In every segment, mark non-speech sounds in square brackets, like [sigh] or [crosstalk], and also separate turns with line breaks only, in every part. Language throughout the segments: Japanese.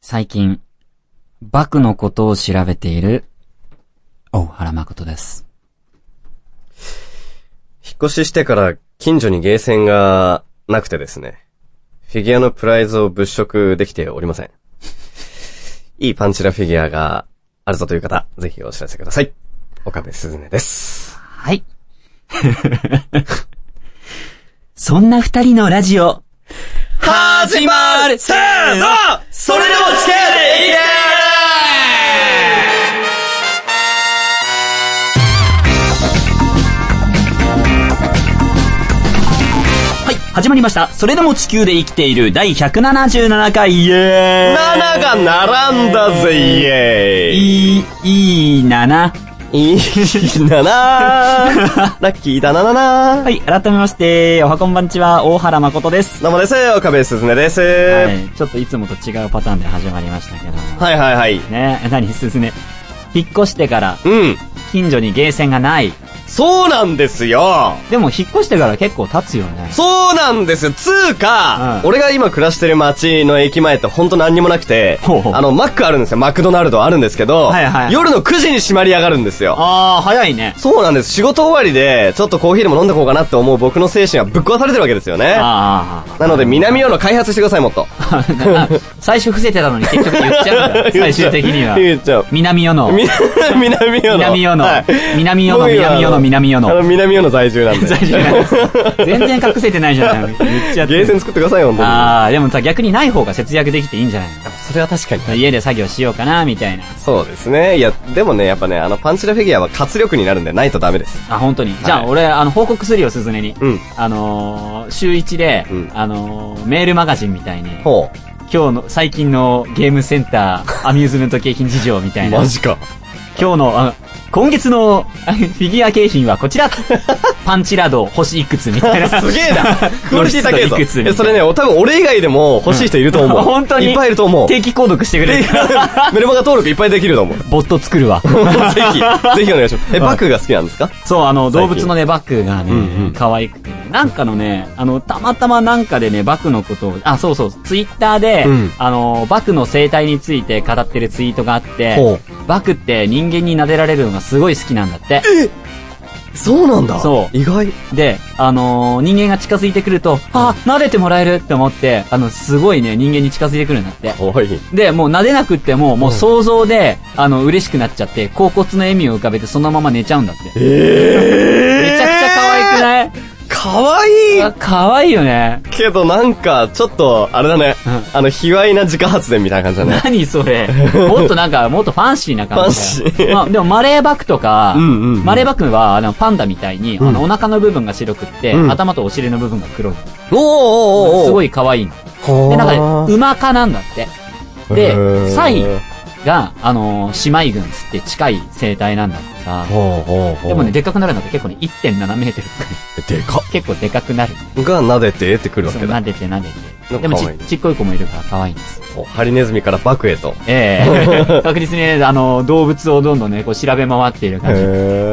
最近、バクのことを調べている、大原誠です。
引っ越ししてから近所にゲーセンがなくてですね。フィギュアのプライズを物色できておりません。いいパンチラフィギュアがあるぞという方、ぜひお知らせください。岡部すずねです。
はい。 [laughs] そんな二人のラジオ、
始まるせーのそれでも地球でいいね
はい、始まりました。それでも地球で生きている第177回、イエ
七が並んだぜ、イエ
ー
ーイ
イいい、いいなな。
いいだ
[laughs]
なーラッキーだなななー
はい、改めまして、おはこんばんちは、大原誠です。
どうもです、岡部すずねです。
は、
はい
ちょっといつもと違うパターンで始まりましたけども。
いはいはい。
ねえ、何すずね。引っ越してから、
うん。
近所にゲーセンがない。
そうなんですよ
でも、引っ越してから結構経つよね。
そうなんですよつうか、
うん
俺が今暮らしてる街の駅前ってほんと何にもなくて、
ほうほう
あの、マックあるんですよ、マクドナルドあるんですけど、
はいはい
夜の9時に閉まり上がるんですよ。
あー、早いね。
そうなんです。仕事終わりで、ちょっとコーヒーでも飲んでこうかなって思う僕の精神はぶっ壊されてるわけですよね。
あー。
なので、南洋の開発してください、もっと。。
あ [laughs] 最初伏せてたのに結局 [laughs] 言っちゃうんだ最終的には。
[laughs] 言っちゃう。
南与の。
み [laughs] 南洋の。
南与野
はい
南与野
僕今
南与野南与野 [laughs]
あの、南洋の在住なんで。
在住なんです全然隠せてないじゃない。言っちゃって
ゲー
る
セン作ってください、ほんとに。
ああ、でもさ、逆にない方が節約できていいんじゃない
それは確かに。
の家で作業しようかな、みたいな。
そうですね。いや、でもね、やっぱね、あの、パンチラフィギュアは活力になるんで、ないとダメです。
あ、本当に。じゃあ、
はい
俺、あの、報告するよ、すずねに。
うん
あのー、週一で、
うん
あのー、メールマガジンみたいに、今
ほ
日の、最近のゲームセンタ
[laughs]
ー、アミューズメント景品事情みた
う
いな。今
ジ [laughs] か。
日の、あの今月のあフィギュア景品はこちらパンチラド星いくつみたい
[laughs]
な。
すげえなクオリティ高えぞ。
クオリティ高いくつみたい
え、
な
それね、お多分俺以外でも欲しい人いると思う。 [laughs]
本当に
いっぱいいると思う。
定期購読してくれる。
[laughs] メルマガ登録いっぱいできる [laughs] と思う。ぜ
ボット作るわ。
ひ、ぜひお願いします。え、バックが好きなんですか
そう、あの、動
最近
物のね、バックが
うんう
ね
ん、
可、愛、くてね、なんかのね、あの、たまたまなんかでね、バックのことを、あ、そうそう、ツイッターで、
うん
あの、バックの生態について語ってるツイートがあって
ほ、
バックって人間に撫でられるのがすごい好きなんだって。
そうなんだ
そう
意外。
で、あの人間が近づいてくると、あ、撫でてもらえるって思って、あの、すごいね、人間に近づいてくるんだって。
かわいい。
で、もう撫でなくっても、もう想像で、あの、嬉しくなっちゃって、甲骨の笑みを浮かべてそのまま寝ちゃうんだって。めちゃくちゃ可愛くない
かわいい
あ可愛いよね。
けどなんか、ちょっと、あれだね。あの、卑猥な自家発電みたいな感じだね。
[laughs] 何それ。もっとなん
[laughs]
か、もっとファンシーな感じ
ファンシー
まあ、でもマレーバックとか、
うんうんうん
マレーバックは、あの、パンダみたいに、
ん
あの、お腹の部分が白くって、
うん
頭とお尻の部分が黒い。
おーおーおーおー
すごい可愛いの。で、なんか、馬科なんだって。で
へー、
サイが、あのー姉妹群つって近い生態なんだってさ。
ほうほうほう
でもね、、でっかくなるのって結構ね、1.7メートルとかね
でかっ。
結構でかく
[laughs]
なる。
が撫でてってくるわ
そう
けだ
撫。でて撫で
な
て。
んか
でも
可愛い
ち、ちっこい子もいるから可愛いんです。
おハリネズミからバクへと。
ええ
[laughs]
確実にね、あの、動物をどんどんね、こう調べ回っている感じ。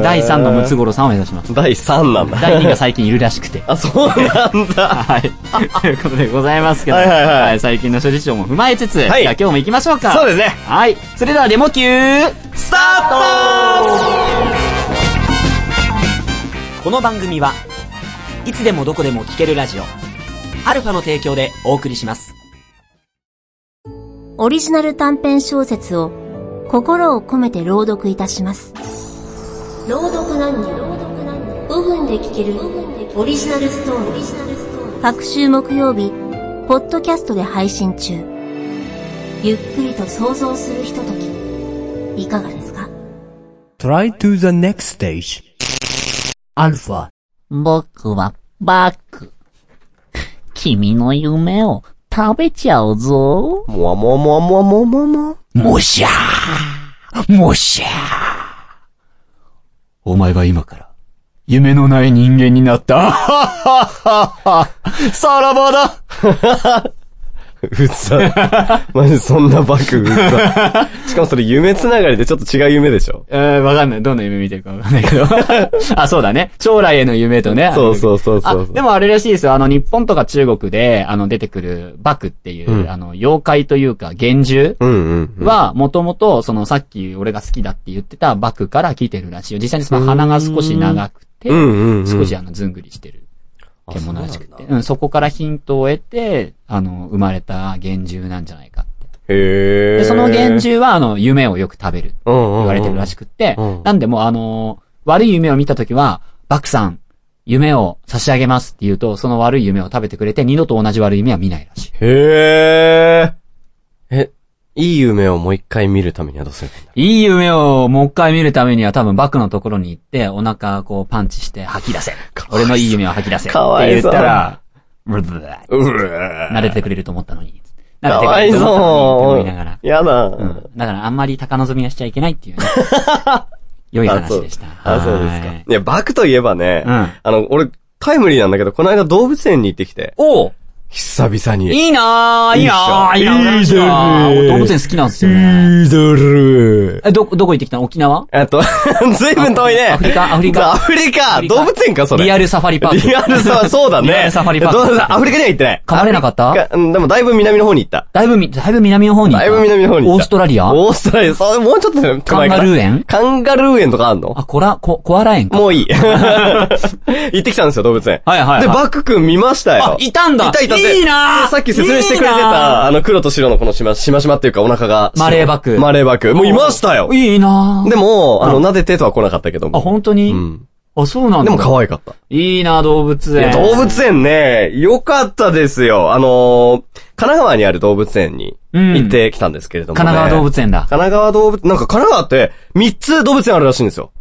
第3のムツ
ゴ。
ゴロウさんを目指します。
第3なんだ。
第2が最近いるらしく
[laughs]。
て
あ、そうなんだ。
はい。ということでございますけど、
はいはいはい
最近の諸事情も踏まえつつ、
はい
じゃあ今日も行きましょうか。
そうですね。
はい。それではデモ級
スター
この番組はいつでもどこでも聞けるラジオアルファの提供でお送りします
オリジナル短編小説を心を込めて朗読いたします。朗読何人5分で聞けるオリジナルストーリー。各週木曜日、ポッドキャストで配信中。ゆっくりと想像するひととき、いかがですか
Try to the next stage. Alpha.
僕はバック。君の夢を食べちゃうぞ。
トもわもわもわもわもわもわもわ。
もしゃーもしゃ
お前は今から、夢のない人 [laughs] 間になった。さらばだ
うっ
[laughs]
ざ。マジそんなバクうっざ。しかもそれ夢つながりでちょっと違う夢でしょ
えー、わかんない。どんな夢見てるかわかんないけど。 [laughs] あ、そうだね。将来への夢とね。
そうそうそう
あ
そう。
でもあれらしいですよ。あの、日本とか中国で、あの、出てくる、バクっていう、
うん
あの、妖怪というか、幻獣
うんうんうん。
は、もともと、その、さっき俺が好きだって言ってたバクから来てるらしいよ。実際にその鼻が少し長くて
う、んうんうん。
少しあの、ずんぐりしてる獣らしくて。うん、そこからヒントを得て、あの、生まれた幻獣なんじゃないかって。
へえ。
で、その幻獣は、あの、夢をよく食べる。言
言
われてるらしくって、
うん
なんでもうあのー悪い夢を見たときは、バクさん、夢を差し上げますって言うと、その悪い夢を食べてくれて、二度と同じ悪い夢は見ないらしい。
へえ。え、いい夢をもう一回見るためにはどうすればいいんだ
いい夢をもう一回見るためには多分バクのところに行って、お腹こうパンチして吐き出せ。俺のいい夢を吐き出せ。って
かわい
言っ
そう
たら、ブブブー
うぅ
慣れてくれると思ったのに。
か
慣れてく
わ
れ
い
ると思ったのに。って思い
そ
ながら
う。。やだ。
うん。だからあんまり高望みはしちゃいけないっていうね。良い話でした。
あ、そうです
は
か
い。。
いや、バクといえばね、
うん
あの、俺、タイムリーなんだけど、この間動物園に行ってきて、
おう
久々に。
いいなぁ、いいなぁ、い
い
い
いっしょ
なぁ、いいなぁ。動物園好きなんですよね。
イドル
え、ど、どこ行ってきたの沖縄
えっと、 [laughs] ずいぶん遠いね。
アフリカアフリカ
アフリ
ア
カ
フリカ
動物園か、それ。
リアルサファリパーク。
リアルさ、そうだね。
リアルサファリパーク
どうだアフリカには行ってない。
噛まれなかった
アフリカうんでもだいぶ南の方に行った。
だいぶみ、だいぶ南の方に行った。
だいぶ南の方に行っ
オ
た。
ーストラリア
オーストラリア、そう、もうちょっと手
カン
前か
ガルー園
カンガルー園とかあんの
あ、コラ、コ、コアラ園か。
もういい。 [laughs] 行ってきたんですよ、動物園。
はいはいはい
で、バック君見ましたよ
あ。いたんだ
いたいたで
いいなー
さっき説明してくれて
いいな
た、あの、黒と白のこのしま、しましまっていうかお腹が。
マレーバク
マレーバク。もういましたよ。
いいなぁ。
でも、あの、撫でてとは来なかったけど
あ、
も。
本当
う
に
ん。
あ、そうなん
で
だ。
も可愛かった。
いいなぁ、動物
いや
園。
動物園ね、良かったですよ。あのー、神奈川にある動物園に
うん
行ってきたんですけれども、ね
神奈川動物園だ
神。奈川動物、なんか神奈川って3つ動物園あるらしいんですよ。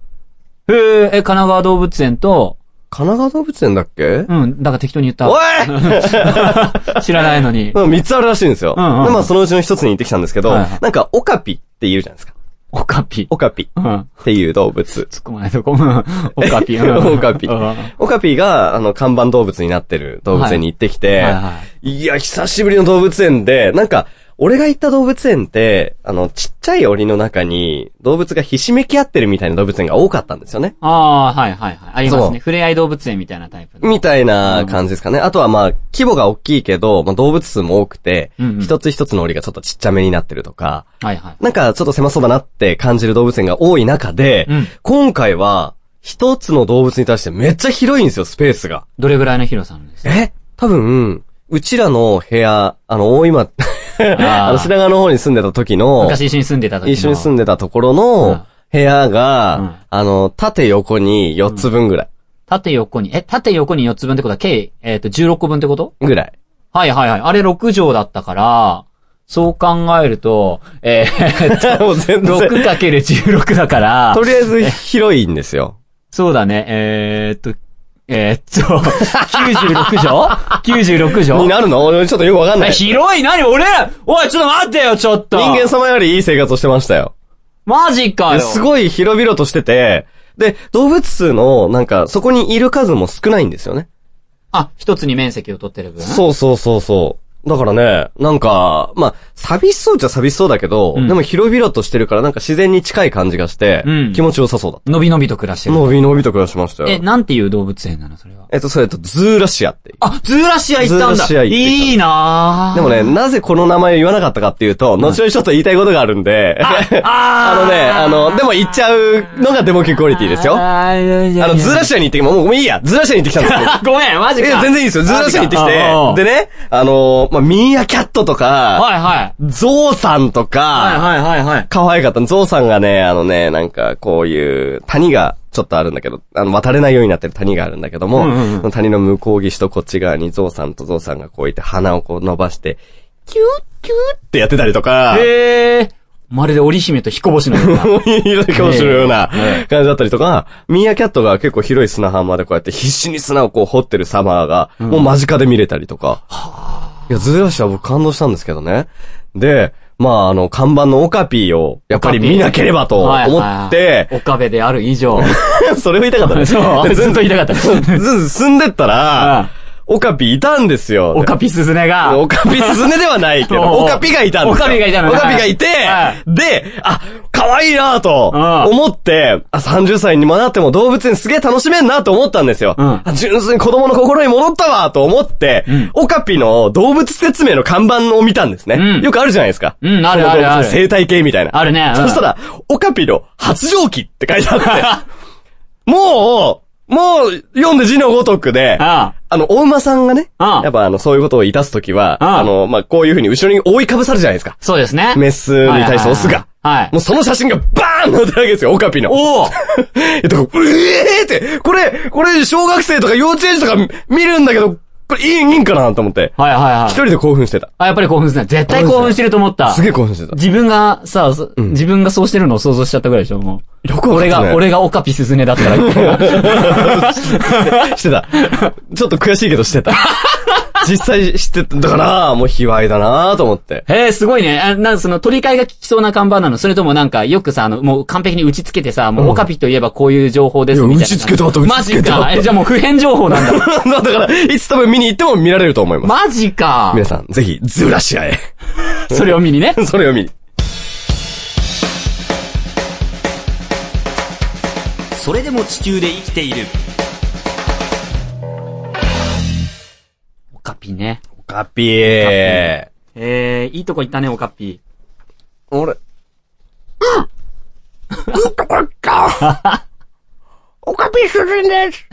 へえ、え、神奈川動物園と、
神奈川動物園だっけ
うん、だから適当に言った
お。
[laughs]
い
知らないのに。
うん、3つあるらしいんですよ。
うんうんうん
で、まあそのうちの1つに行ってきたんですけど、
はいはい
なんかオカピって言うじゃないですか。
オカピ。
オカピ
うん。
っていう動物。
突っ込まないとこ。うんオカピ。うん
[laughs] オカピ
うん。
オカピが、あの、看板動物になってる動物園に行ってき
はい
て、い
はいはい
や、久しぶりの動物園で、なんか、俺が行った動物園って、あの、ちっちゃい檻の中に、動物がひしめき合ってるみたいな動物園が多かったんですよね。
ああ、はいはいはい。あります
そう
ね。触れ合い動物園みたいなタイプの。
みたいな感じですかね。あとはまあ、規模が大きいけど、まあ動物数も多くて、
うんうん
一つ一つの檻がちょっとちっちゃめになってるとか、
はいはい。
なんかちょっと狭そうだなって感じる動物園が多い中で、
うん
今回は、一つの動物に対してめっちゃ広いんですよ、スペースが。
どれぐらいの広さなんですか
え多分、うちらの部屋、あの、大今、 [laughs] あの、品川の方に住んでた時の、
昔一緒に住んでた時の。
一緒に住
ん
んでたところ
うん
の部屋が、
うん
あの、縦横に4つ分ぐらい、
縦横に、え、縦横に4つ分ってことは計、えっと、16個分ってこと [laughs]
ぐらい。
はいはいはい。あれ6畳だったから、そう考えると、えー、っと、
[laughs] もう全然
6×16 だから
と、りあえず広いんですよ。
そうだね、えー、っと、えー、っと、96畳 ?96
に
畳
なるの俺ちょっとよくわかんない。人
広い何俺らおい、ちょっと待ってよ、ちょっと
間様よりいい生活をしてましたよ。
マジかよ
すごい広々としてて、で、動物数の、なんか、そこにいる数も少ないんですよね。
あ、一つに面積を取ってる分う。
そうそうそうそう。だからね、なんか、まあ、寂しそうじゃ寂しそうだけど、
うん
でも広々としてるからなんか自然に近い感じがして、
うん
気持ちよさそうだっ
のびのびと暮らして
た。
る。
伸び伸びと暮らしました
え、
よ。
なんていう動物園なのそれは。
えっと、それと、ズーラシアっていう。
あ、ズーラシア行ったんだ
ズーラシア行ってきた
いいなぁ。
でもね、なぜこの名前を言わなかったかっていうと、後にちょっと言いたいことがあるんで、あのね、あの、でも言っちゃうのがデモ級クオリティですよ。あ
あーいや
の、ズーラ
シ
シアに行ってきて、もうもういいや、ズーラシアに行ってきたんですよ。
[laughs] ア。ごめん、マジ
い
か。
や、全然いいですよ。ズーラシアに行ってき
ああ
て、でね、あの、まあ、ミーアキャットとか、
はいはい。
ゾウさんとか、
はいはいはいはい。
可愛かった。ゾウさんがね、あのね、なんかこういう谷がちょっとあるんだけど、あの、渡れないようになってる谷があるんだけども、
うんうんうん
その谷の向こう岸とこっち側にゾウさんとゾウさんがこういて鼻をこう伸ばして、キューキューってやってたりとか、
へえ。まるで織姫と彦星のような。
もういいかもしれないような感じだったりとか、ミーアキャットが結構広い砂浜でこうやって必死に砂をこう掘ってる様が、もう間近で見れたりとか。いや、ズーラシア僕感動したんですけどね。で、まああの、看板のオカピーを、やっぱり見なければと思って、 [laughs]
岡部である以上。
それを言いたかった
[laughs]
ね。
そう
でずっと
[laughs] ずっと言いたかった
ずっと進んでった
うん
ら、オカピいたんですよ。
オカピスズネが、
オカピスズネではないけど、
おうおう
オカピがいたんですよ。
オカピがいたの
オ
ね
カピがいて
はい、
で、あ、可愛いなぁと
ん、
思って、あ、30歳にもなっても動物園すげえ楽しめんなと思ったんですよ。
ん
あ純粋に子供の心に戻ったわと思って、オカピの動物説明の看板を見たんですね。
うん
よくあるじゃないですか。
うんあるある
この動
ある
物生態系みたいな。
あるねうん
そ
[laughs]
したら、オカピの発情期って書いてあって、もう、もう、読んで字のごとくで、
あ
あの、お馬さんがね、
ああ
やっぱあの、そういうことをいたすときは、
ああ
あの、まあ、こういうふうに後ろに覆いかぶさるじゃないですか。
そうですね。
メスに対してオス
は
が。
いはいはいはい
もうその写真がバーン載ってるわけですよ、オカピの。おおえっと、うえーって、これ、これ、小学生とか幼稚園児とか見るんだけど、これいい、いいんかなと思って。
はいはい
一
はい。
人で興奮してた。
あ、やっぱり興奮するね。絶対興奮してると思った。
すげえ興奮してた。
自分がさ、そ自分がそうしてるのを想像しちゃったぐらいでしょ、もう。
よくわかっ
俺
たね
が、俺がオカピスズネだったら。
[laughs] してた。ちょっと悔しいけどしてた。実際知ってただから、もう卑猥だなと思って。 [laughs]
えー、すごいね。あなんかその取り替えが効きそうな看板なのそれともなんか、よくさ、あの、もう完璧に打ち付けてさ、もうオカピといえばこういう情報ですみたいな。
いや打ち付けたかった打ち付けたかった
マジか。え、じゃあもう普遍情報なんだ。
だから、いつ多分見に行っても見られると思います。
マジか。
皆さん、ぜひ、ズーラシアへ。
それを見にね。
[laughs] それを見に。
それでも地球で生きている。
オカピね。
オカピー。
えー、いいとこ行ったね、オカピ。
[laughs] 俺、うんいいとこ行った。 [laughs] オカピ主人です。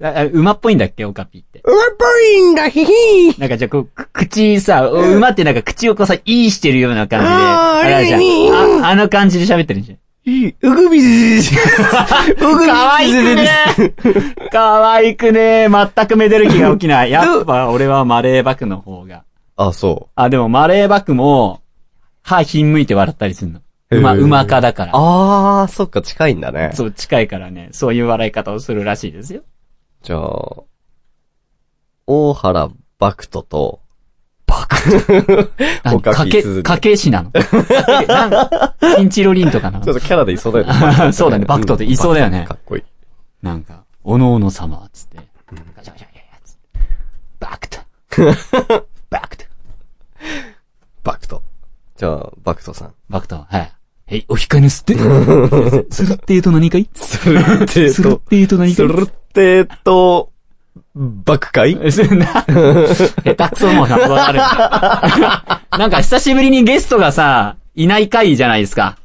ああ馬っぽいんだっけ、オカピって。
うまっぽいんだ、ひひー。
なんかじゃあこう、く口さ、馬ってなんか口をこうさ、いいしてるような感じで。
あー
れじゃん
いい
あ、あの感じで喋ってるんじゃん。
いい、 [laughs] うぐびずうぐ
かわいくねーかわいくねー全くめでる気が起き
[laughs]
ない。やっぱ俺はマレーバクの方が。
あ、そ
あ、でもマレーバクも、歯ひんむいて笑ったりするの。
へー
馬、馬かだか
う。
ら。
あー、そっか、近いんだね。
そう、近いからね、そういう笑い方をするらしいですよ。
じゃあ、大原クトと、
何
オカ
か
ピ
け、
スズメ
かけ師なのなんかピンチロリンとかな
ちょっ
の
とキャラでいそうだよ [laughs] ね。
そうだねバクトっていそうだよね
かっこいい。
なんか、おのおの様、つって。ガチャガチャガチャつってバクト。
[laughs]
バクト。
バクト。じゃあ、バクトさ [laughs] ん。
バクト、はい。えい、お控えぬすって。するってえと何かい
するって
するってえと何
す
かい
るってーと、バク会
えそれな [laughs] 下手くそもうな、わかる。
[laughs]
なんか久しぶりにゲストがさ、いない回じゃないですか。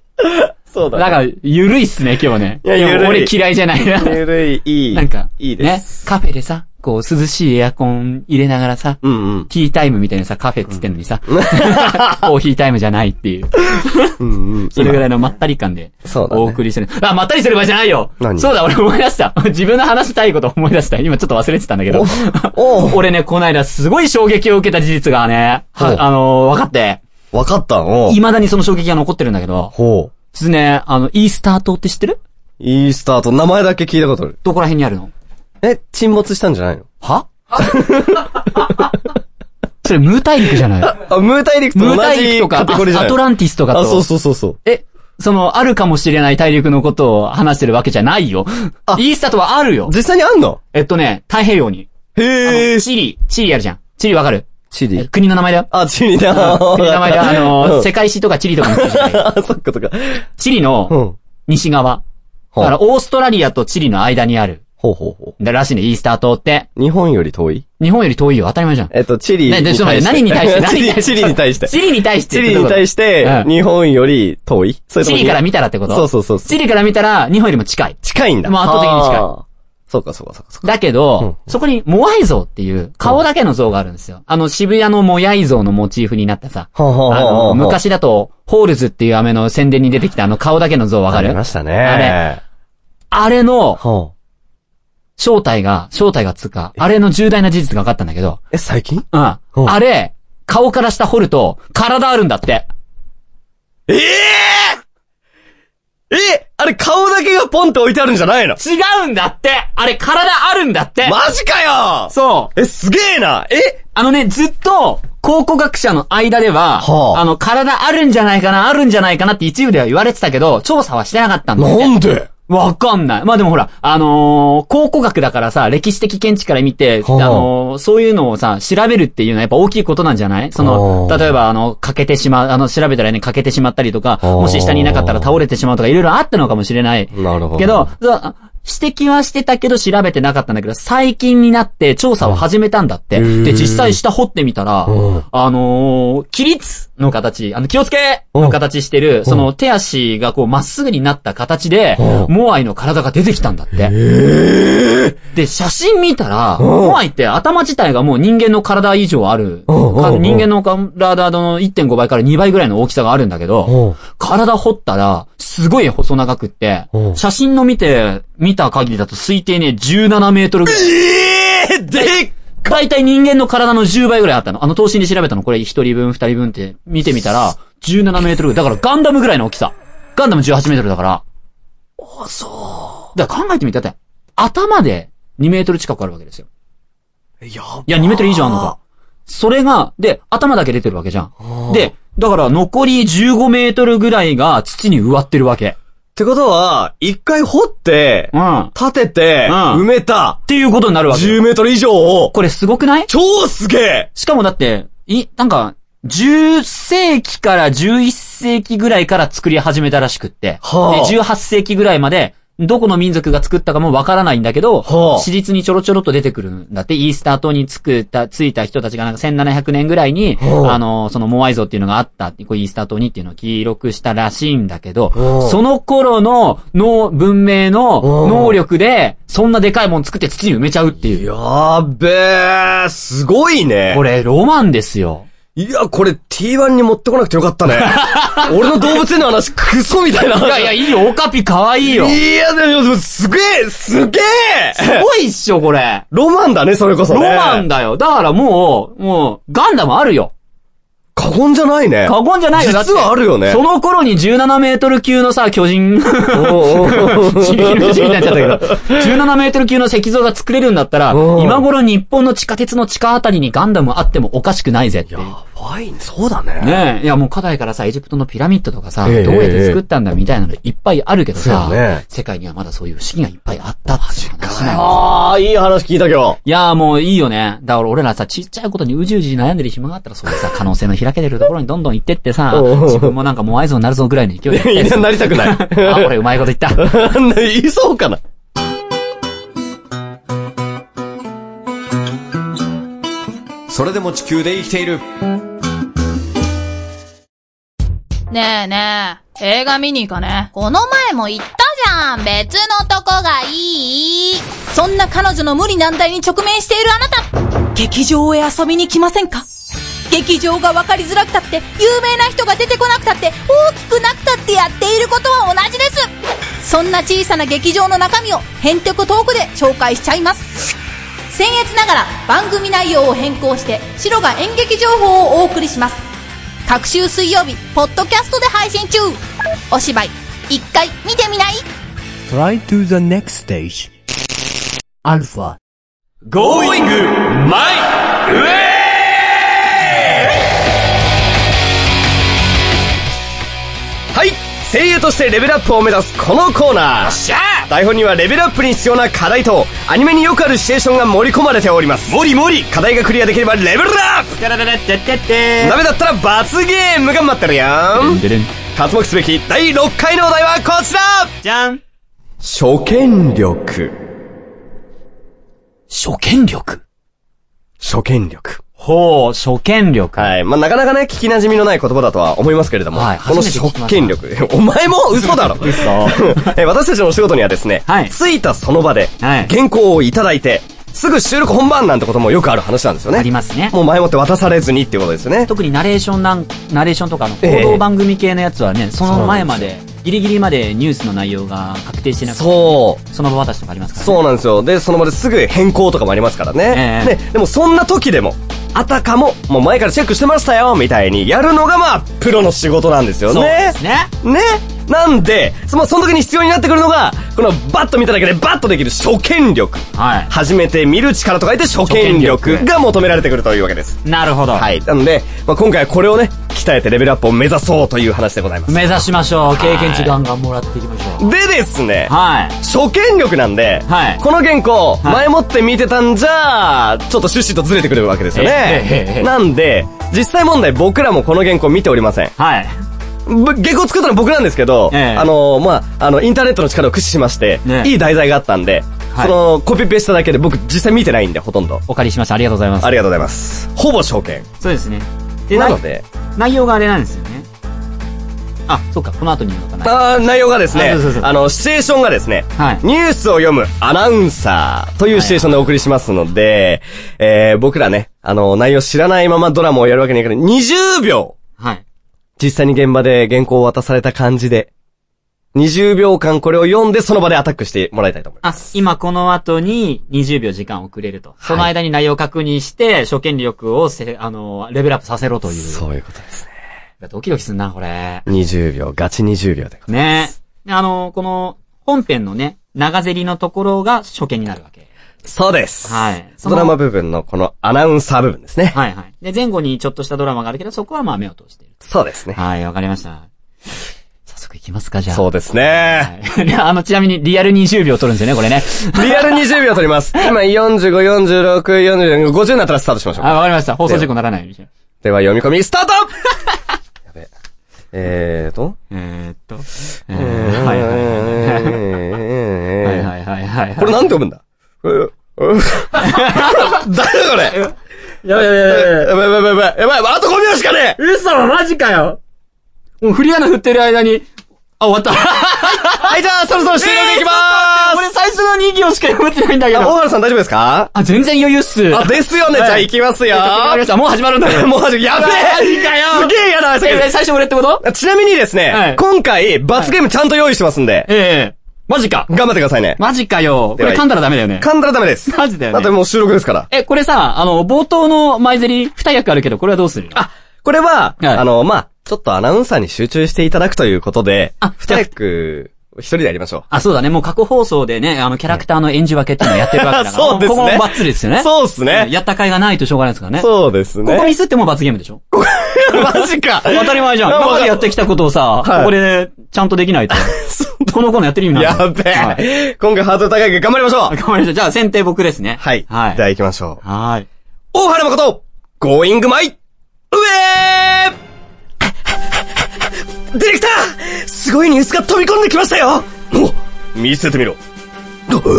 そう
だから、ゆるいっすね、今日ね。
いやゆるい
でも俺嫌いじゃないな。
ゆるい、いい。
なんか、
いいです。
ね、カフェでさ、こう、涼しいエアコン入れながらさ、
うん
[laughs]
うん。
ティータイムみたいなさ、カフェっつってんのにさ、コーヒータイムじゃないっていう。
うんうん。
それぐらいのまったり感で、
そうだね
お送りしてる。あ、まったりしてる場合じゃないよ
何
そうだ、俺思い出した。自分の話したいこと思い出した。今ちょっと忘れてたんだけど。 [laughs] 俺ね、この間すごい衝撃を受けた事実がね、は
お
あのー、分かって、
今わかったの
未だにその衝撃が残ってるんだけど、
ほう。
実ね、あの、イースター島って知ってる
いいスタート。名前だけ聞いたことある。
どこら辺にあるの
え、沈没したんじゃないの
は [laughs] それ、ムー大陸じゃない
あ、ムー大陸と
ムー
[laughs] 同
大陸
じ
とか、
カテゴリーじゃ
ア
ない
トランティスとかと。
あ、そうそうそうそう。
え、その、あるかもしれない大陸のことを話してるわけじゃないよ。イースターとはあるよ。
実際にあんの
えっとね、太平洋に。
へえ。
チリ、チリあるじゃん。チリわかる
チ
え。国の名前だよ。
あ、チリだ。
国の名前だよ。あの
[laughs] う
ー、
ん
世界史とかチリとかの人じゃない
[laughs] あ、そっかそっか。
チリ
う
の
ん。
西側。だから、オーストラリアとチリの間にある。
ほうほうほ
だらしいね、イースター島って。
う。日本より遠い
日本より遠いよ。当たり前じゃん。
[laughs] えっと、チリ
ね
に
で
対
ちょっと待っ
してて。
何に対して何に対して
[laughs] チリチリに対して。
チリに対して
チ
ってど
リ
ういう
に
こと
対して
うん、
日本より遠いそれと
チ
も
リから見たらってこと
そうそうそうそう
チリから見たら、日本よりも近い。
近いんだ。
もう圧倒的に近い
あー。そうかそうかそうかそうか。
だけど、そこにモアイ像っていう顔だけの像があるんですよ。あの渋谷のモアイ像のモチーフになったさ。
ほうほうほう
あ
ほ
の、
う
昔だと、ホールズっていうアメの宣伝に出てきたあの顔だけの像わか
あり
る
ましたね。
あれあれの
はあ、
正体が、正体がつうか、あれの重大な事実が分かったんだけど、
え、最近
うん。
うん
あれ、顔から下掘ると、体あるんだって。
えええあれ顔だけがポンって置いてあるんじゃないの
違うんだってあれ体あるんだって
マジかよ
そう。
え、すげえなえ
あのね、ずっと、考古学者の間では、
はあ
あの、体あるんじゃないかな、あるんじゃないかなって一部では言われてたけど、調査はしてなかったんだよね。
なんで
わかんない。まあでもほら、あのー考古学だからさ、歴史的見地から見て、あ
ほう
のーそういうのをさ、調べるっていうのはやっぱ大きいことなんじゃないその
ほ、う
例えばあの、欠けてしまう、あの、調べたらね、欠けてしまったりとか、
ほう
もし下にいなかったら倒れてしまうとか、いろいろあったのかもしれない。
なるほど。
けど、そうあ指摘はしてたけど調べてなかったんだけど、最近になって調査を始めたんだって。
うん
で、実際下掘ってみたら、
うん、
あのー、起立の形、あの、気をつけの形してる、その手足がこうまっすぐになった形で、モアイの体が出てきたんだって。で、写真見たら、モアイって頭自体がもう人間の体以上ある、
うん
か
うん
人間の体の1.5倍から2倍ぐらいの大きさがあるんだけど、
おう
体掘ったら、すごい細長くって
う、ん
写真の見て、見た限りだと推定ね、17メートルぐらい。えー、でっだいたい人間の体の10倍ぐらいあったの。あの、投資に調べたの。これ1人分、2人分って見てみたら、17メートルぐらい。だからガンダムぐらいの大きさ。ガンダム18メートルだから。おそう。だから考えてみたって、頭で2メートル近くあるわけですよ。いや、2メートル以上あるのか。それが、で、頭だけ出てるわけじゃん。で、だから残り15メートルぐらいが土に植わってるわけ。
ってことは、一回掘って、
うん。っ
立てて、
うん
埋めた、
ていうことになるわけ。
10メートル以上を、
これすごくない
超すげえ
しかもだって、い、なんか、10世紀から11世紀ぐらいから作り始めたらしくって。
はあ
で、18世紀ぐらいまで、どこの民族が作ったかもわからないんだけど、
はあ
史実にちょろちょろっと出てくるんだって、イースター島に作った、ついた人たちがなんか1700年ぐらいに、
はあ
あの、そのモアイ像っていうのがあったって、こうイースター島にっていうのを記録したらしいんだけど、
はあ
その頃の脳、文明
は
の
あ
能力で、そんなでかいもん作って土に埋めちゃうっていう。
やーべえ、すごいね。
これ、ロマンですよ。
いや、これ T1 に持ってこなくてよ
[laughs]
かったね。俺の動物園の話、クソみたいな話。
いやいや、いいよ、オカピ可愛いよ。す
いや、でも、すげえすげえ
ごいっしょ、これ。
ロマンだね、それこそ
ロ
ね。
マンだよ。だからもう、もう、ガンダムあるよ。
過言じゃないね。
過言じゃないよ。だって
実はあるよね。
その頃に17メートル級のさ、巨人、 [laughs] 地球の巨人になっちゃったけど、17メートル級の石像が作れるんだったら、
うん
今頃日本の地下鉄の地下あたりにガンダムあってもおかしくないぜっていう。
ワイン、そうだね。
ねえ、いやもう古代からさ、エジプトのピラミッドとかさ、
ええ
どうやって作ったんだみたいなのいっぱいあるけどさ、
そうね
世界にはまだそういう不思議がいっぱいあったっていう話なんだよ
ああ、いい話聞いた今日。
いやーもういいよね。だから俺らさ、ちっちゃいことにうじうじ悩んでる暇があったら、そういうさ、可能性の開けてるところにどんどん行ってってさ、
おうおうおう
自分もなんかもう合図になるぞぐらいの [laughs] 勢いでやっ
[laughs] い
て
や、なりたくない。
あ、俺うまいこと言った。
言いそうかな。それでも地球で生きている。
ねえねえ、映画見に行かね。
この前も言ったじゃん別のとこがいい
そんな彼女の無理難題に直面しているあなた劇場へ遊びに来ませんか劇場が分かりづらくたって、有名な人が出てこなくたって、大きくなくたってやっていることは同じですそんな小さな劇場の中身を、ヘンテコトークで紹介しちゃいます僭越ながら番組内容を変更して、白が演劇情報をお送りします。各週水曜日、ポッドキャストで配信中お芝居、一回見てみない
Try to the next stage. Alpha.
Going my way! はい声優としてレベルアップを目指すこのコーナー台本にはレベルアップに必要な課題とアニメによくあるシチュエーションが盛り込まれておりますもりもり課題がクリアできればレベルアップダメだったら罰ゲームが待ってるよ活目すべき第6回のお題はこちら
じゃん
初見力
初見力
初見力
ほう、初見力。
はい。まあ、なかなかね、聞き馴染みのない言葉だとは思いますけれども、
はい
この
初めて聞きま
職
した
権力。お前も嘘
[laughs]
だろ嘘私たちのお仕事にはですね、
はい
着いたその場で、
はい
原稿をいただいて、すぐ収録本番なんてこともよくある話なんですよね。
ありますね。
もう前もって渡されずにっていうことですよね。
特にナレーションなん、ナレーションとかの
え
報
え
道番組系のやつはね、その前ま
そう
で、ギリギリまでニュースの内容が確定してなくて、
そう。
その場渡しとかありますからね。
そうなんですよ。で、その場ですぐ変更とかもありますからね。
ええ
ね、でもそんな時でも、あたかも、もう前からチェックしてましたよ、みたいにやるのがまあ、プロの仕事なんですよね。
そうですね。
ね。なんで、そまあ、その時に必要になってくるのが、このバッと見ただけでバッとできる初見力。
は
初めて見る力と書いて初見力が求められてくるというわけです。
い。なるほど。
はい。なので、まあ、今回はこれをね、鍛えてレベルアップを目指そうという話でございます。
目指しましょう。経験値ガンガンもらっていきましょう。
でですね、
はい。
初見力なんで、
はい
この原稿、
い
前もって見てたんじゃ、ちょっと趣旨とずれてくるわけですよ
えええ
ね
え。
なんで、実際問題僕らもこの原稿見ておりません。
はい。
ぶ原稿作ったの僕なんですけど、
ええ
あのまあ、あの、インターネットの力を駆使しまして、
ね
いい題材があったんで、
はい
その、コピペしただけで僕実際見てないんで、ほとんど。
お借りしました。ありがとうございます。
ありがとうございます。ほぼ証券。
そうですね。で、
な
な
ので、
内容があれなんですよね。あ、そっか、この後に言うのかな。
あー内容がですね
あそうそうそ、う
あの、シチュエーションがですね、
はい
ニュースを読むアナウンサーというシチュエーションでお送りしますので、えー、僕らね、あの、内容知らないままドラマをやるわけにはいかない。20秒
はい。
実際に現場で原稿を渡された感じで、20秒間これを読んでその場でアタックしてもらいたいと思います。
あ、今この後に20秒時間をくれると。その間に内容を確認して、初見力をせ、あの、レベルアップさせろという。
そういうことですね。
ドキドキすんな、これ。
20秒、ガチ20秒で。
ねえ。であの、この、本編のね、長ゼリのところが初見になるわけ。
そうです。
はい
ドラマ部分のこのアナウンサー部分ですね。
はいはい。で、前後にちょっとしたドラマがあるけど、そこはまあ目を通している。
そうですね。
はい、わかりました。早速行きますか、じゃあ。
そうですね。
[laughs] はいあの、ちなみにリアル20秒取るんですよね、これね。
リアル20秒取ります。今45、46、47、50になったらスタートしましょう。
[laughs] あ、わかりました。放送事故ならないようにしよう。
では読み込みスタートやべえ。えーと。
えーっと。えーはいはいはいはいはいはいはい。
これなんて読むんだえーえー誰だこれや
やべやべやべ。
ばいやばいやばいやばいあと5秒しかねえ
嘘マジかよもう振り穴振ってる間に、あ、終わった。
はい、じゃあそろそろ終了でいきま
俺最初の2行しか読めてないんだけ
ーす
ど。
大原さん大丈夫ですか
あ、全然余裕っす。
あ、ですよね。じゃあ行きますよ。
わかりました。もう始まるんだよ。
もう始め、やべえ
マジかよ
すげえ嫌な話だけ
え
ど
え最初俺ってこと
ちなみにですね、
はい
今回、罰ゲームちゃんと用意してますんで、
ええ。マジか。
頑張ってくださいね。
マジかよ。こ
では
れ噛んだらダメだよね。
噛んだらダメです。
マジだよね
だってもう収録ですから。
え、これさ、あの、冒頭の前ゼリ二役あるけど、これはどうするあ、
これは、
はい
あの、まあ、ちょっとアナウンサーに集中していただくということで、
あ
二役、一人でやりましょ
あ、そうだね。もう過去放送でね、あの、キャラクターの演じ分けっていうのをやってるわけ
う。
だから。
そうです
ここ
ね。
もバッツリですよね。
そうです
うん
ね。
やった甲斐がないとしょうがないですからね。
そうです
ここミ
ね。
スってもう罰ゲームでしょ
マジ [laughs] か。
当たり前じゃん。
まあ
今までやってきたことをさ、
い
ここで、ちゃんとでき
[laughs]
ないと。この子のやってる意味ない。
やべえ、
はい
今回ハードル高いけど頑張りましょ
あ
う。
ごめんなさい。じゃあ、選定僕ですね。
はい。
はい
じゃあ行きましょう。
はい。
大原誠、ゴーイングマイ、上ディレクターすごいニュースが飛び込んできましたよお見せてみろ。どこ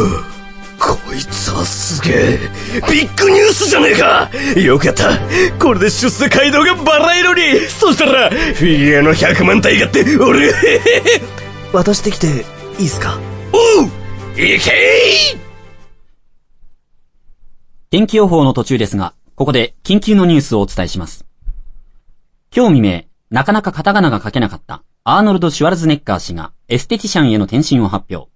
いつはすげえ。ビッグニュースじゃねえかよくやった。これで出世街道がバラ色に。そしたら、フィギュアの100万体がって、俺、
渡してきていいっすか
おういけい
天気予報の途中ですが、ここで緊急のニュースをお伝えします。今日未明、なかなかカタカナが書けなかったアーノルド・シュワルズネッカー氏がエステティシャンへの転身を発表。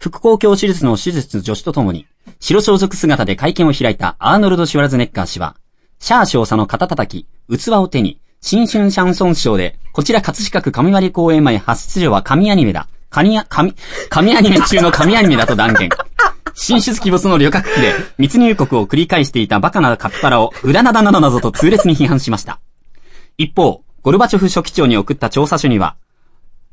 副公共手術の手術助手とともに、白装束姿で会見を開いたアーノルド・シュワルズネッカー氏は、シャー少佐の肩叩き、器を手に、新春シャンソン賞で、こちら葛飾区上割公演前初出場は神アニメだ。神ア、神、神アニメ中の神アニメだと断言。進出鬼没の旅客機で密入国を繰り返していたバカなカピバラを裏なだなどなどと痛烈に批判しました。一方、ゴルバチョフ書記長に送った調査書には、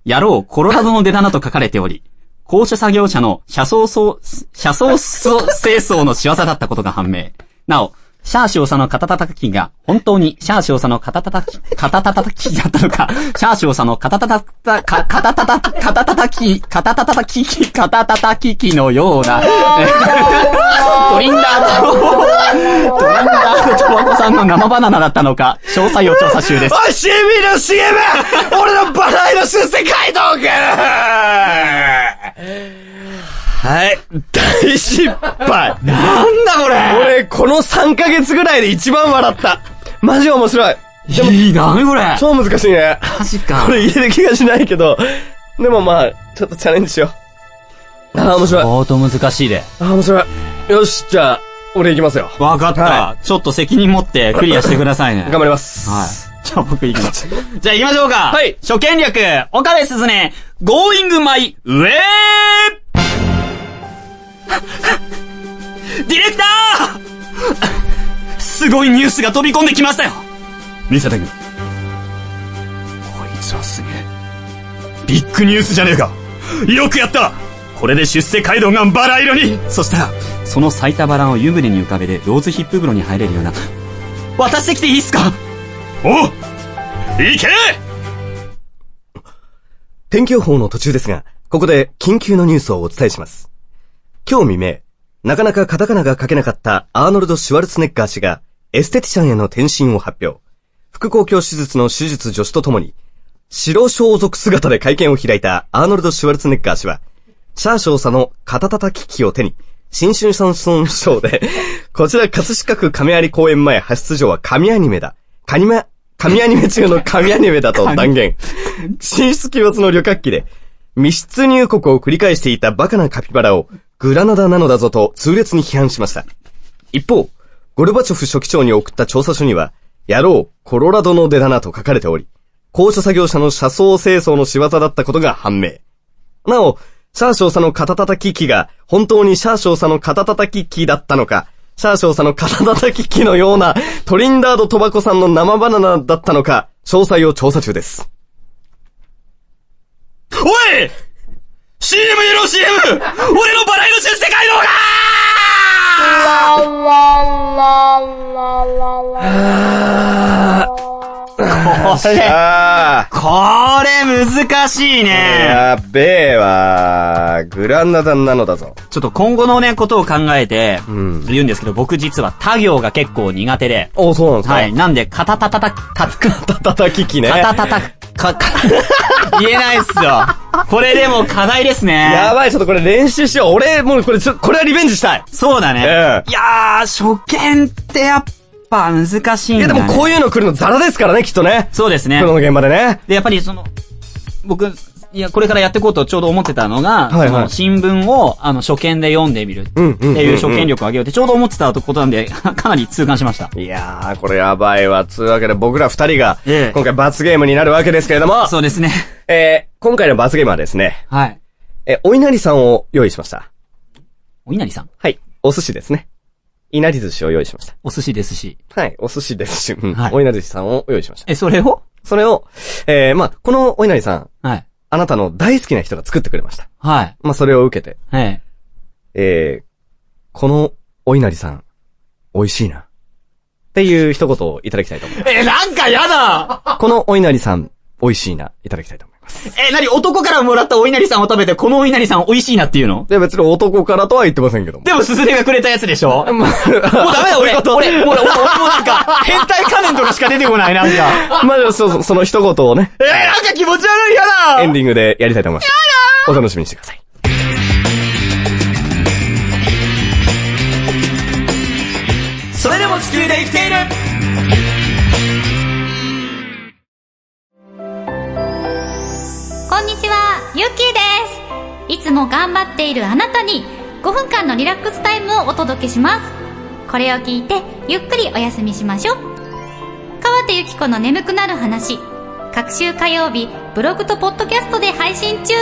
野郎、コロラドの出棚と書かれており、高所作業者の車窓そう、車窓そう清掃の仕業だったことが判明。なお、シャー少佐の肩叩きが本当にシャー少佐の肩叩き、肩叩きだったのか、シャー少佐の肩叩き、か肩叩き、肩叩き、肩叩き、肩叩き機のような、トリンダーと、トリンダーとトバコさんの生バナナだったのか、詳細を調査中です。
おい、シビの CM! 俺のバラ色出世街道くんはい。大失敗。
なんだこれ
俺、この3ヶ月ぐらいで一番笑った。マジ面白い。
いいな、何これ
超難しいね。
マジか
こ。れ言える気がしないけど。でもまあ、ちょっとチャレンジしよう。ああ、面白い。あ
相当難しいで。
あ、面白い。よし、じゃあ、俺行きますよ。
わかった、
は
ちょっと責任持ってクリアしてくださいね。
頑張ります。
はい。じゃあ僕行きます。じゃあ行きましょうか。
はい
初見略、岡部すずね、Going My Way!
ディレクターすごいニュースが飛び込んできましたよ
見せてみろ。こいつはすげえ。ビッグニュースじゃねえかよくやったこれで出世街道がバラ色に
そしたら、その咲いたバラを湯船に浮かべて、ローズヒップ風呂に入れるような。
渡してきていいっすか
おう行け
天気予報の途中ですが、ここで緊急のニュースをお伝えします。今日未明、なかなかカタカナが書けなかったアーノルド・シュワルツェネッガー氏がエステティシャンへの転身を発表。副公共手術の手術助手とともに、白装束姿で会見を開いたアーノルド・シュワルツェネッガー氏は、シャー少佐の肩叩き機を手に、新春山村賞で、こちら葛飾区亀有公園前発出所は神アニメだ。カニマ、神アニメ中の神アニメだと断言。進出鬼没の旅客機で、密室入国を繰り返していたバカなカピバラをグラナダなのだぞと痛烈に批判しました。一方、ゴルバチョフ書記長に送った調査書には、野郎、コロラドの出だなと書かれており、高所作業者の車窓清掃の仕業だったことが判明。なお、シャー少佐の肩叩き機が本当にシャー少佐の肩叩き機だったのか、シャー少佐の肩叩き機のようなトリンダード・トバコさんの生バナナだったのか、詳細を調査中です。
おい !CM 入れろ CM! 俺のバラ色出世街道が
これ、
あ
これ難しい
あ、
ね。
やべえわ。グラナダなのだぞ。
ちょっと今後のね、ことを考えて、
ん
言うんですけど、僕実は他行が結構苦手で、
おそうなんですか
はい。。なんで、肩たたた、たく、
たたたき機ね。
肩たたく、か、か、言えないっすよ。これでも課題ですね。
やばい、ちょっとこれ練習しよう。俺、もうこれちょ、これはリベンジしたい。
そうだね。
え
いやー、初見ってやっぱ難しいん
え。い
だ、
や、
ね。
でもこういうの来るのザラですからね、きっとね。
そうですね
プ。ロの現場でね。
で、やっぱりその、僕、いや、これからやっていこうとちょうど思ってたのが、
はいはい
その新聞を、あの、初見で読んでみるって
うんうんうんうん
いう初見力を上げようってちょうど思ってたことなんで、 [laughs] かなり痛感しました。
いやー、これやばいわ。つうわけで僕ら二人が
ええ、
今回罰ゲームになるわけですけれども、
そうですね。
えー、今回の罰ゲームはですね、
はい。
え、お稲荷さんを用意しました。
お稲荷さん、
はい。お寿司ですね。稲荷寿司を用意しました。
お寿司ですし。
はい。お寿司ですし、うん
はい
お稲荷さんを用意しました。
え、それを
それを、えー、まあ、このお稲荷さん、
はい。
あなたの大好きな人が作ってくれました。
はい。
まあ、それを受けて、
はい。
えー、このお稲荷さん、美味しいな。っていう一言をいただきたいと思います。
え、なんかやだ
このお稲荷さん、美味しいな、いただきたいと思います。
え、なに男からもらったお稲荷さんを食べて、このお稲荷さん美味しいなっていうの
で、別に男からとは言ってませんけども。
でも、すずれがくれたやつでしょ [laughs] もう
ま
ダメだ、
[laughs]
俺、俺、もう俺、俺もなんか、変態仮面とかしか出てこない、なんか。
[laughs] あ、まあ、そうそう、その一言をね、
えー、なんか気持ち悪い、やだ
エンディングでやりたいと思います。お楽しみにしてください。
それでも地球で生きている
こんにちは、ゆっきーです。いつも頑張っているあなたに5分間のリラックスタイムをお届けします。これを聞いてゆっくりお休みしましょう。川手ゆき子の眠くなる話、各週火曜日ブログとポッドキャストで配信中。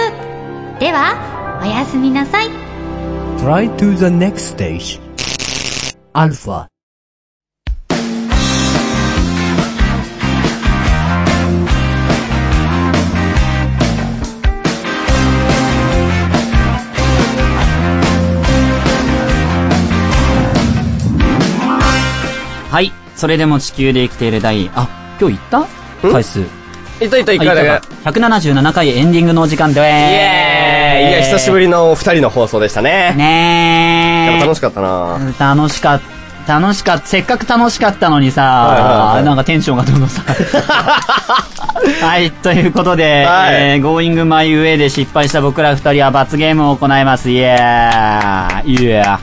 では、おやすみなさい。
Try to the next stage. Alpha.
はい。それでも地球で生きている第、あ、今日行った回数。
いたいたい
あ行っ
たい。
た
い
たか177回エンディングのお時間でーす。イエ
や、久しぶ
り。
りのお二人の放送でしたね。
ね
やっ
ー。
ぱ楽しかったな
楽しかった。楽しかった。せっかく楽しかったのに
はいはい
さ
は、い
なんかテンションがどんどん下が
[laughs]
る。はい、ということで、
はい
えー、Going My Way で失敗した僕ら二人は罰ゲームを行います。イエーイエー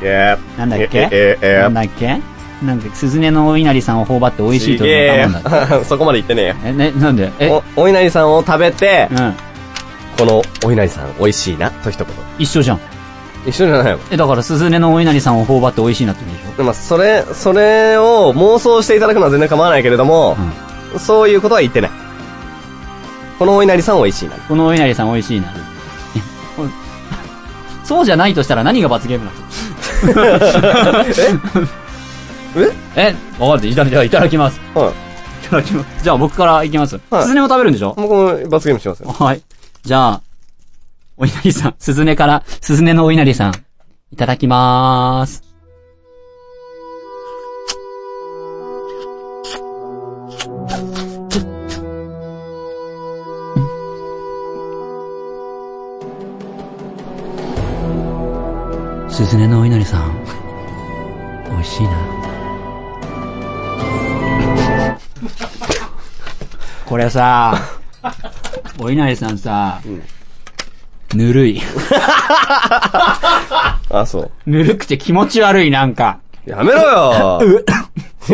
いや
なんだっけ
え、え、え
なん、だっけなんか、鈴音のお稲荷さんを頬張って美味しいと思ったもんだって。
え。 [laughs] そこまで言ってねえよ。
え、ね、なんでえ、
お、お稲荷さんを食べて
う、ん。
このお稲荷さん美味しいな、と一言。
一緒じゃん。
一緒じゃないもん。
え、だから、鈴音のお稲荷さんを頬張って美味しいなって言うんでしょ
まあ、それ、それを妄想していただくのは全然構わないけれども、そういうことは言ってない。このお稲荷さん美味しいな。
このお稲荷さん美味しいな。そうじゃないとしたら何が罰ゲームなの
[laughs]
[laughs] ええわかっていただきじゃあいただきます。いただきます。じゃあ僕からいきます。
はい
スズネを食べるんでしょ
僕も罰ゲームしますよ。
はい。じゃあ、お稲荷さん、スズネから、スズネのお稲荷さん、いただきまーす。すずねのお稲荷さん、美味しいな。これさ、お稲荷さんさ、ぬるい。
あ、そう。
ぬるくて気持ち悪い、なんか。
やめろ
[laughs]
よ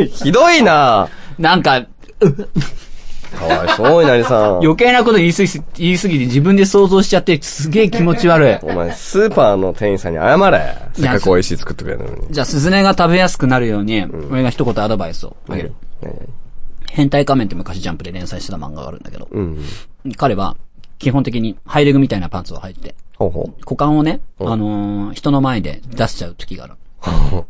ひどいな
なんか、
かわいそう、稲荷さん。
余計なこと言いすぎて、言いすぎて自分で想像しちゃって、すげえ気持ち悪い。
お前、スーパーの店員さんに謝れ。せっかく美味しい作ってくれるのに。
じゃあ、スズネが食べやすくなるように、俺が一言アドバイスをあげる。変態仮面って昔ジャンプで連載してた漫画があるんだけど、
うん。
彼は、基本的にハイレグみたいなパンツを履いて、
ほうほう。
股間をね、あのー人の前で出しちゃう時があ [laughs] る。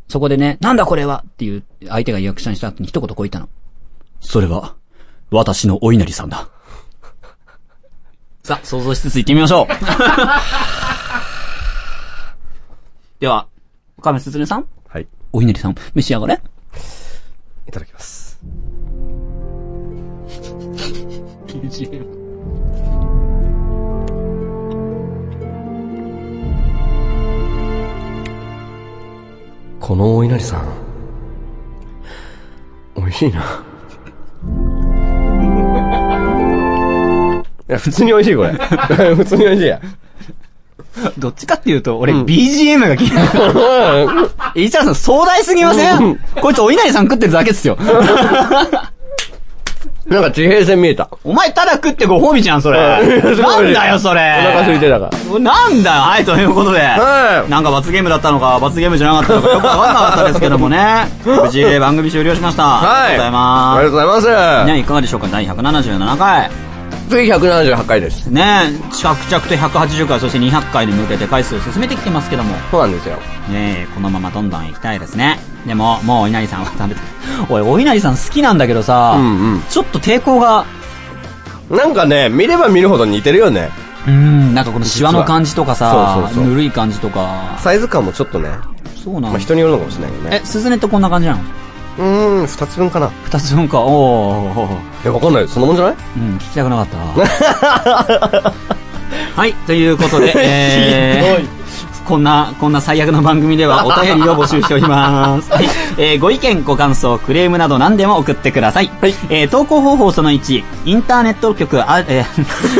そこでね、なんだこれはっていう、相手が役者にした後に一言こう言ったの。それは、私のお稲荷さんだ。 [laughs] さあ、想像しつつ行ってみまし [laughs] ょう。では、岡部すずねさん
はい。
お稲荷さん、召し上がれ。
いただきます。このお稲荷さん、美味しいな。 [laughs] いや、普通に美味しい、これ。 [laughs] 普通に美味しいや。
どっちかっていうと、俺、BGM が気になる。 [laughs] 石原さん、壮大すぎませんこいつ、お稲荷さん食ってるだけっす [laughs] よ。
なんか地平線見えた。
お前、ただ食ってご褒美じゃん、それ。 [laughs] なんだよ、それ。
[laughs] お腹空いてたから。
なんだよ、はい、ということで。
はい
なんか罰ゲームだったのか、罰ゲームじゃなかったのか、よくわかんなかったですけどもね。無事、番組終了しました。
はい。
ありがとうござい
あり
ま
がとうござい
す。
ま
ね、いかがでしょうか、第177回。
す。次178回です。
ね、着々と180回、そして200回に向けて回数を進めてきてますけども。
そうなんですよ。
ねえ、このままどんどん行きたいですね。でも、もうお稲荷さんは食べて。おい、お稲荷さん好きなんだけどさ、
うん
ちょっと抵抗が、
うん。なんかね、見れば見るほど似てるよね。
うん、なんかこのシワの感じとかさ、
そうそうそう
ぬるい感じとか、
サイズ感もちょっとね、
そうな
まあ
の。
人によるのかもしれないけど
え
ね。、
スズネってこんな感じなの
うーん、二つ分かな。
二つ分か、おーおーおー
え、わかんない。そんなもんじゃない
うん、聞きたくなかったな [laughs] はい、ということ [laughs] で、えー、こんな、こんな最悪の番組で [laughs] はお便りを募集しております。はい、えー、ご意見、ご感想、クレームなど何でも送ってください。はい。えー、投稿方法その1、インターネット局、あ、 [laughs] え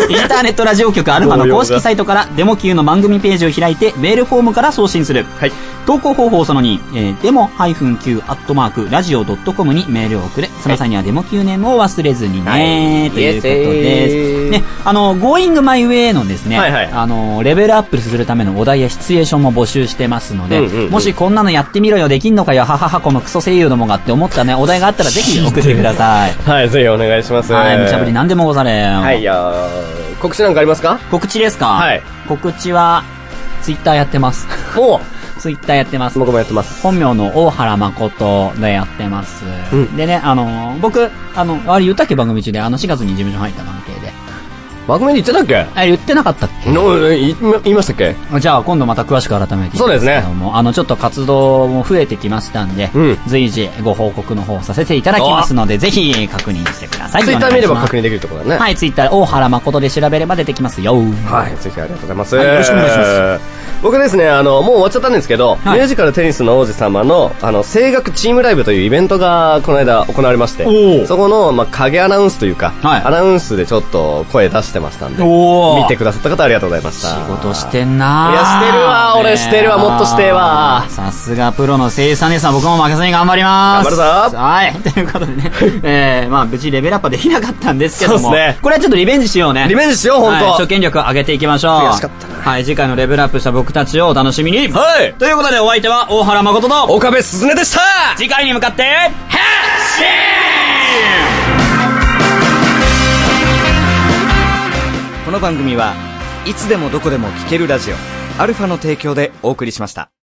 ー、インターネットラジオ局アルファの公式サイトからデモ級の番組ページを開いて、メールフォームから送信する。はい。投稿方法その2、えー、デモ -q アットマーク、ラジオ .com にメールを送れ。その際にはデモ級ネームを忘れずにね、ということです。ね、あの、Going My Way のですね、
はいはい
あの、レベルアップするためのお題やシチュエーションも募集してますので、
うんうんうん
もしこんなのやってみろよ、できんのかよ、ははは、このクソ声優どもがって思ったね、お題があったらぜひ送ってくだ
[laughs]
さい。
はい、ぜひお願いします。
はい、無茶ぶり何でもござれよ。
はい、いやー告知なんかありますか
告知ですか
はい。
告知は、ツイッターやってます。
おう
[laughs] ツイッターやってます。
僕もやってます。
本名の大原誠でやってます。
うん
でね、あの、僕、あの、あれ言ったっけ番組中で、あの4月に事務所入った関係で。
番組に言ってたっ
あれ言ってなかったっ
けのい言いましたっけ
けじゃあ今度また詳しく改めて。
そうですね
もうあの、ちょっと活動も増えてきましたんで、
うん
随時ご報告の方させていただきますので、ぜひ確認してください。
ツイッター見れば
認。
確認できるところだね。
はい、ツイッター、大原誠で調べれば出てきますよ。
はい、ぜひありがとうございます。
はいよろしくお願いし
ます。僕ですね、あの、もう終わっちゃったんですけど、
はい
ミュージカルテニスの王子様の、あの、声楽チームライブというイベントが、この間行われまして、そこの、まあ、影アナウンスというか、
はい
アナウンスでちょっと声出してましたんで、
おー
見てくださった方ありがとうございました。
仕事してんなー
いやしてるわー俺
ねー
してるわもっとしてーわー
さすがプロの生産です僕も負けずに頑張ります
頑張るぞ
はい [laughs] ということでねえー、まあ無事レベルアップはできなかったんですけども
そうっすね
これはちょっとリベンジしようね
リベンジしよう、本当
はい、初見力を上げていきましょう
悔しかったな
はい次回のレベルアップした僕たちをお楽しみに
はい
ということでお相手は大原誠と
岡部すずねでした
次回に向かって
この番組はいつでもどこでも聴けるラジオ
アルファの提供でお送りしました。